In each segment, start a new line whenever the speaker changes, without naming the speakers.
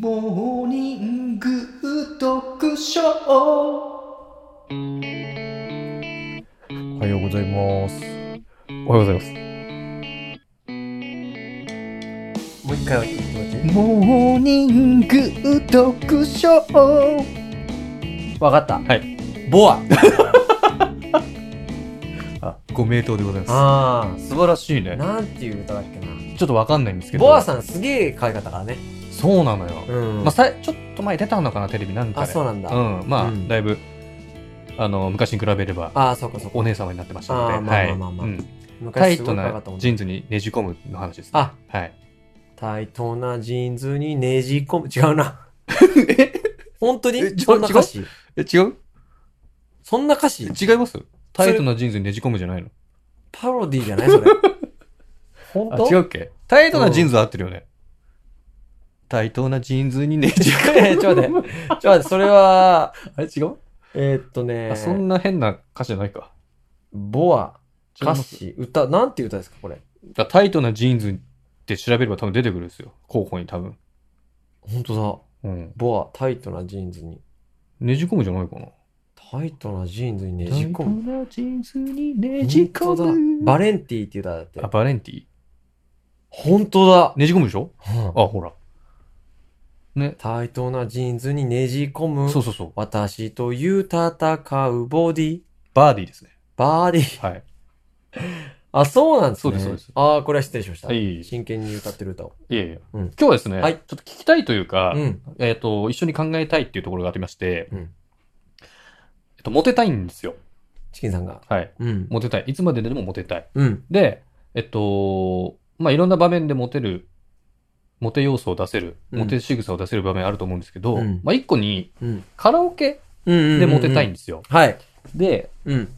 モーニング読書
おはようございます。
おはようございます。
もう一回は気持
モーニング読書わかった
ち。ボア。
ご名答でございま
あ
す。素晴らしい
あ。
ね。
なんていう歌だっけな。
ちょっとわかんないんですけど。
ボアさんすげえ可愛かったからね。
そうなのよ。
うん。
まあ、さちょっと前出たのかな、テレビなんか
あ、
で。
そうなんだ。
うん。まあ、
うん
だいぶ、あの、昔に比べれば、
ああ、そうかそうか。
お姉様になってましたの
あ
で、
ーまあ
はい。
まあまあまあ
うんタ
昔
イ
すご
ト
い可愛か
な
ったもんね
ジーンズにねじ込むの話です。
あ、
はい。
タイトなジーンズにねじ込む。違うな。
え
本当
え
に
ちょ
そんな歌詞
え、違う
そんな歌詞
違いますタイトなジーンズにねじ込むじゃないの
パロディじゃないそれ。本
あ、
当
違うっけタイトなジーンズは合ってるよね。タイトなジーンズにねじ込む。
えちょっと待って。ちょっと待って、それは、
あれ違う
えーっとね
あ、そんな変な歌詞じゃないか。
ボア、
違いま
歌
す
詞、歌、なんていう歌ですか、これ。
だからタイトなジーンズって調べれば多分出てくるんですよ。候補に多分。
本当だ。
うん。
ボア、タイトなジーンズに。
ねじ込むじゃないかな。
タイトなジーンズにね
ね
じ込む。
なジーンズにね
本当だ。バレンティっていう歌だって
あ、。バレンティ
本当だ。
ねじ込むでしょ
うん
あ、ほら。ね。
タイトなジーンズにねじ込む
そ。うそうそう。
私という戦うボディ。
バーディーですね。
バーディ。
はい。
あ、そうなんです
そ
ね。
うですそうです
ああ、これは失礼しました。
はい
真剣に歌ってる歌を。
いやいや。
うん
今日はですね、
はい
ちょっと聞きたいというか、
うん。
えっ、と、一緒に考えたいっていうところがありまして、
うん
えっと、モテたいんですよ。
チキンさんが。
はい。
うん。
モテたい。いつまででもモテたい。
うん。
で、えっと、まあ、いろんな場面でモテる、モテ要素を出せる、
うん
モテ仕草を出せる場面あると思うんですけど、
うん
まあ、一個に
うん。
カラオケ
うん。
でモテたいん
うん
ですよ。
はい。
で、
うん。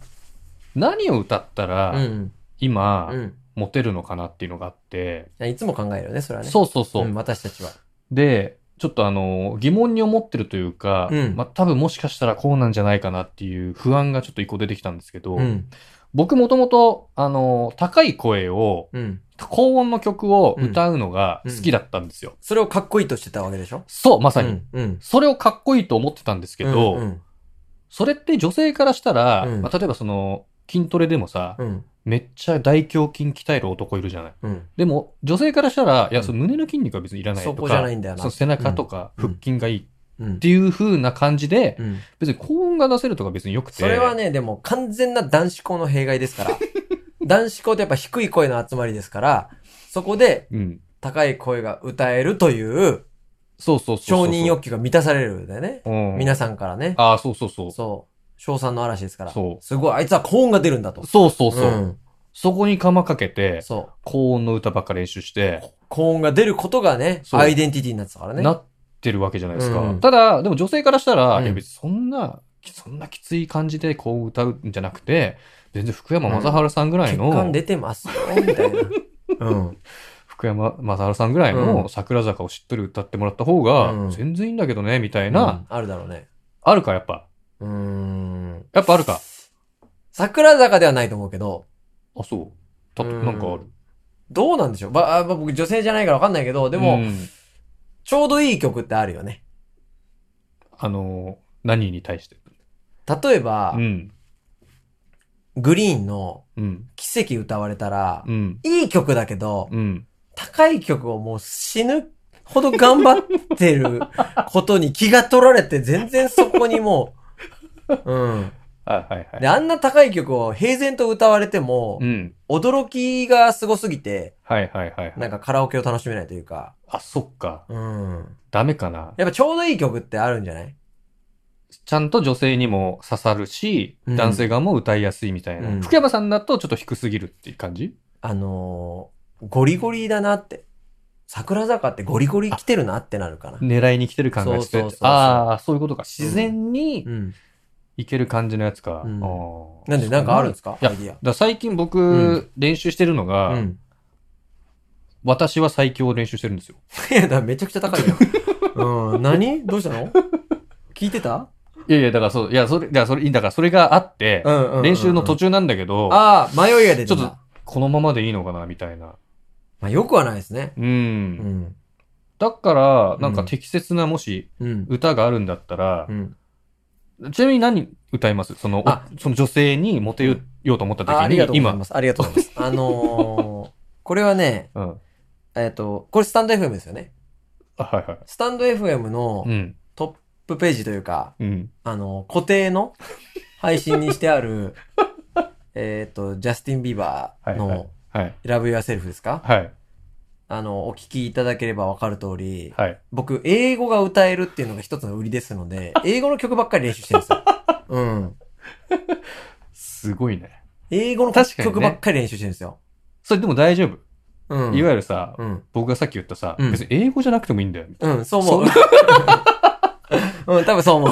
何を歌った
う
ら、
ん。
今、
うん。
モテるのかなっていうのがあって、
いつも考えるよね、それはね。
そうそうそう。
ん私たちは。
で、ちょっとあの、疑問に思ってるというか、
うん
まあ、多分もしかしたらこうなんじゃないかなっていう不安がちょっと一個出てきたんですけど、
うん。
僕もともと、あの、高い声を、
うん。
高音の曲を歌うのが好きだったんですよ。
それをかっこいいとしてたわけでしょ
そう、まさに。
うん。うん。
それをかっこいいと思ってたんですけど、
うん。
それって女性からしたら、
うん
まあ、例えばその、筋トレでもさ、
うん。
めっちゃ大胸筋鍛える男いるじゃない。
うん。
でも、女性からしたら、いや、
うん
その胸の筋肉は別にいらないと
そ
か、
こじゃないんだよな
その背中とか
うん
腹筋がいいっ
うん
ていう風な感じで、
うん。
別に高音が出せるとか別に良くて。
それはね、でも完全な男子校の弊害ですから。男子校ってやっぱ低い声の集まりですから、そこで
うん。
高い声が歌えるという
そうそうそうそ
承
う。
認欲求が満たされるんだよね。
うん。
皆さんからね。
ああ、そうそうそう。
そう。賞賛の嵐ですから。
そう
すごい、あいつは高音が出るんだと。
そうそうそう。
うん
そこに釜かけて、
そ
高音の歌ばっか練習して、
う。高音が出ることがね、
そう
アイデンティティになってたからね。
なってるわけじゃないですか。
うん
ただ、でも女性からしたら、
うん
いや別にそんな、そんなきつい感じでこう歌うんじゃなくて、全然福山雅治さんぐらい
血
の、
管出てますよ、みたいな。うん。
福山雅治さんぐらいうの
ん
桜坂をしっとり歌ってもらった方
う
が、
ん
全然いいんだけどね、みたいな、
うんあるだろうね。
あるか、やっぱ。
うーん。
やっぱあるか。
桜坂ではないと思うけど、
あ、そう。た
う
なんかある。
どうなんでしょうば、あまあ僕女性じゃないからわかんないけど、でも、
うん
ちょうどいい曲ってあるよね。
あの、何に対して。
例えば、
うん。
グリーンの
うん。
奇跡歌われたら、
うん。
いい曲だけど、
うん。
高い曲をもう死ぬほど頑張って ることに気が取られて、全然そこにも う、うん。
あ、はいはい。
で、あんな高い曲を平然と歌われても、
うん。
驚きがすごすぎて、
はいはいはいは。
ないんかカラオケを楽しめないというか、
あ、そっか。
うん。
ダメかな。
やっぱちょうどいい曲ってあるんじゃない
ちゃんと女性にも刺さるし、
うん
男性側も歌いやすいみたいな。
うん
福山さんだとちょっと低すぎるっていう感じ
あのー、ゴリゴリだなって。桜坂ってゴリゴリ来てるなってなるかな。
狙いに来てる感がして
そうそうそうそう
ああ、そういうことか。自然に
うん。
いける感じのやつか。
うん
あー
なんで、なんかあるんです
そう
か
いや
アイディ
だから最近僕、
うん
練習してるの
ア。
が、
うん。
私は最強を練習してるんですよ。
いや、だからめちゃくちゃ高いよ。うん。何どうしたの聞いてた
いやいや、だからそう、いや、それ、だからそれ、だからそれがあって、
んうんうん
練習の途中なんだけど、
ああ、迷いが出てた。
ちょっとこのままでいいのかな、みたいな。
まあ、よくはないですね。
う。
うんん。
だから、なん
う
か
ん
適切な、もし、
うん。
歌があるんだったら
う、ん。
ちなみに何歌いますその、
あ
おその女性にモテようと思った時
あありがと
に、
うござい
今
ま、す。ありがとうございます。あのー、これはね、
うん。
えっ、と、これスタンド FM ですよね。
あ、はいはい。
スタンド FM の
うん。
トップページというか、
うん。
あの、固定の配信にして ある、えっと、ジャスティン・ビーバー
はいはい
の
はい。
Love Yourself ですか
はい。
あの、お聞きいただければわかる通り、
はい。
僕、英語が歌えるっていうのが一つの売りですの で、英語の曲ばっかり練習してるんですよ。うん。
すごいね。
英語の
確かにね
曲ばっかり練習してるんですよ。
それでも大丈夫。
うん。
いわゆるさ、
うん。
僕がさっき言ったさ、
うん
別に英語じゃなくてもいいんだよ。
うん、そう思 う。うん、多分そ う思う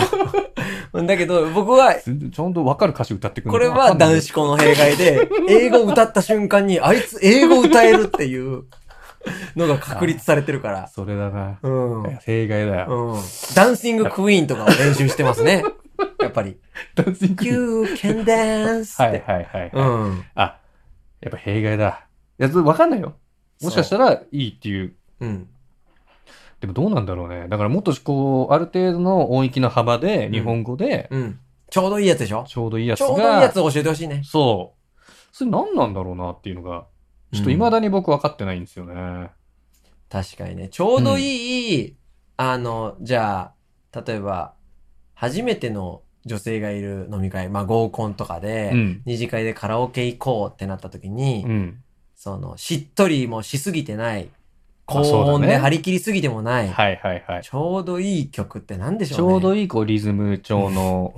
うん。だけど、僕は、
全然ちゃんとわかる歌詞歌ってくる
これは男子校の弊害で、英語歌った瞬間に、あいつ英語歌えるっていうのが確立されてるから。
それだな。
うん。うん。
正解だよ。
ダンシングクイーンとかを練習してま すね。やっぱり。
ダンシング
You can dance
は
っ
い
て。
はいはい。
うん。
あ、やっぱ弊害だ。いや、わかんないよ。もしかしたらいいっていう。
うん。
でもどうなんだろうね。だからもっとこう、ある程度の音域の幅で、日本語で、
うん。ちょうどいいやつでしょ
ちょうどいいやつ
ちょうどいいや
が
つ、教えてほしいね。
そう。それ何なんだろうなっていうのが、ちょっと未だに僕分かってないんですよね。
確かにね。ちょうどいい、あの、じゃあ、例えば、初めての女性がいる飲み会、まあ合コンとかで、
うん。
二次会でカラオケ行こうってなった時に、
うん。
その、しっとりもしすぎてない、高
あそうだね
音で張り切りすぎてもない、
はいはいはい。
ちょうどいい曲って何でしょう
ち
ね。
ょうど
い
いいこうリズム調の、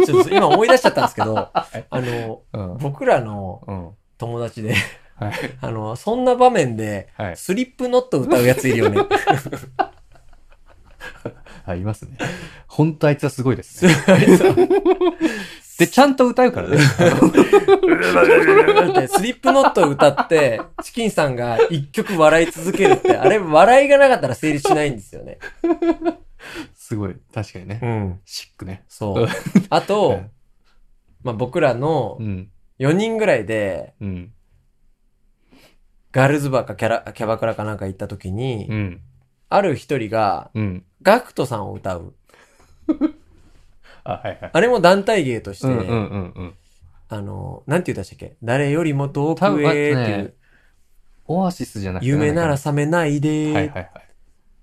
い。 ちょっと今思い出しちゃったんですけど、あの、
うん。
僕らの
うん。
友達で、
はい。
あの、そんな場面で、
はい。
スリップノット歌うやついる よね。
あ、いますね。ほんとあいつはすごいです、ね。 で、ちゃんと歌うから ね。
だってスリップノットを歌って、チキンさんが一曲笑い続けるって、あれ笑いがなかったら成立しないんですよね。
すごい。確かにね。
ん。
シックね。
そう。あ
う
と
ん、
まあ、僕らの
うん。
4人ぐらいで、
うん。
ガールズバーかキャラ、キャバクラかなんか行った時に、
うん。
ある一人が、
うん。
ガクトさんを歌う。
あ、はいはい。
あれも団体芸として、
うんうんうんうん。
あの、なんて言ったっしたっけ誰よりも遠くへって
多
い
分ね
う、
オアシスじゃなくて。
夢なら
んか
覚めないで
ねはい
ーっ
はいはい。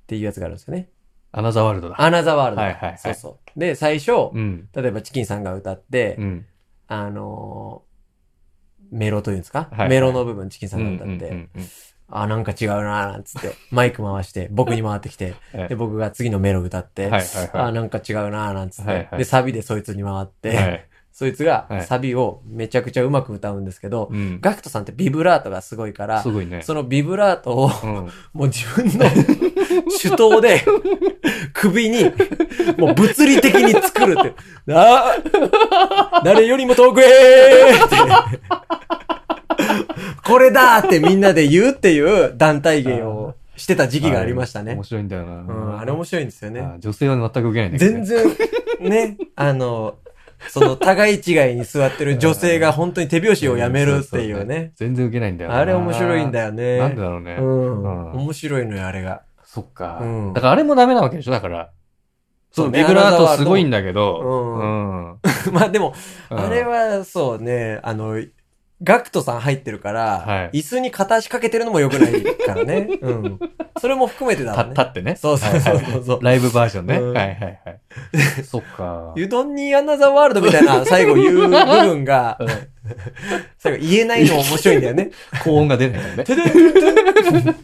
ていうやつがあるんですよね。
アナザーワールドだ。
アナザワールド。
はいはいはい
そうそう。で、最初、
うん。
例えばチキンさんが歌って、
うん。
あのーメロというんですか、
はいはい
メロの部分チキンさ
うん
が
んう
歌っ
ん
て、
うんうん。
あ、なんか違うなーっつって、マイク回して、僕に回ってきて、
え
で、僕が次のメロ歌って、
はいはい
あ、
は
なんか違うなーなんつって、
はいはい
で、サビでそいつに回って、
い。はい。
そいつが
はい
サビをめちゃくちゃうまく歌うんですけど、
うん。
ガクトさんってビブラートがすごいから
す、ごいね。
そのビブラートを、
うん。
もう自分の手刀で、首に、もう物理的に作るって。あー誰よりも遠くへーって。これだーってみんなで言うっていう団体芸をしてた時期がありました
あれ
ね
面。白いんだよ
う
な。
ん、あれ面白いんですよね。
あ女性は全く受けないんだけどね
全然、ね、あの、その互い違いに座ってる女性が本当に手拍子をやめるっていうね。
全然受けないんだよな
あれ面白いんだよね。
なんでだろうね。
うん。
うん
面白いのよ、あれが。
そっか、
うん
だからあれもダメなわけでしょだから。そ
そう
の
ね
ビブラートすごいんだけど。う
う
ん。
まあでも、あれ
は。
はそうね、あの、ガクトさん入ってるから、
はい
椅子に片足かけてるのも良くないか らね。うん。それも含めてだ
た
もん
立
ね。
ってね。
そうそうそう
はい
そう
はいライブバージョンね。
うん
はいはい はい。そっか。
湯丼にアナザーワールドみたいな最後言う部分 が、最後言えないの面白いんだよね。
高音が出ないから ね。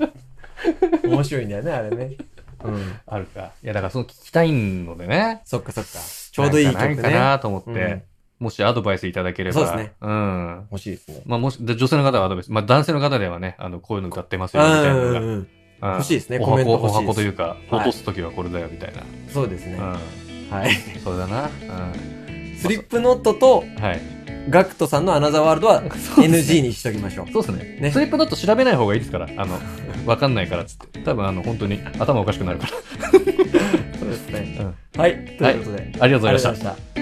面白いんだよね、あれね。うん。
あるか。いや、だからその聞きたいのでね。
そっかそっか。ちょうどいい曲
なんかないか
ね。
なと思って、
うん
もしアドバイスいただければ。
そうですね。
うん。
欲しいですね。
まあ、もし、で女性の方はアドバイス。まあ、男性の方ではね、あの、こういうの歌ってますよ、みたいなのが
う。んうん
うん
欲しいですね
お
コメント
箱
欲しいです
お箱というか、
はい
落とすときはこれだよ、みたいな。
うんそうですね。
う
はい。
ん。それだな。うん。
スリップノットと
はい。
ガクトさんのアナザーワールドは
そうですね
NG にしときましょう。
そうですね
ね
スリップノット調べない方がいいですから。あの、わかんないからっつって。多分、あの、本当に頭おかしくなるから。
そうですね。
うん
はい。ということで。
ありがとうございました
ありがとうございました。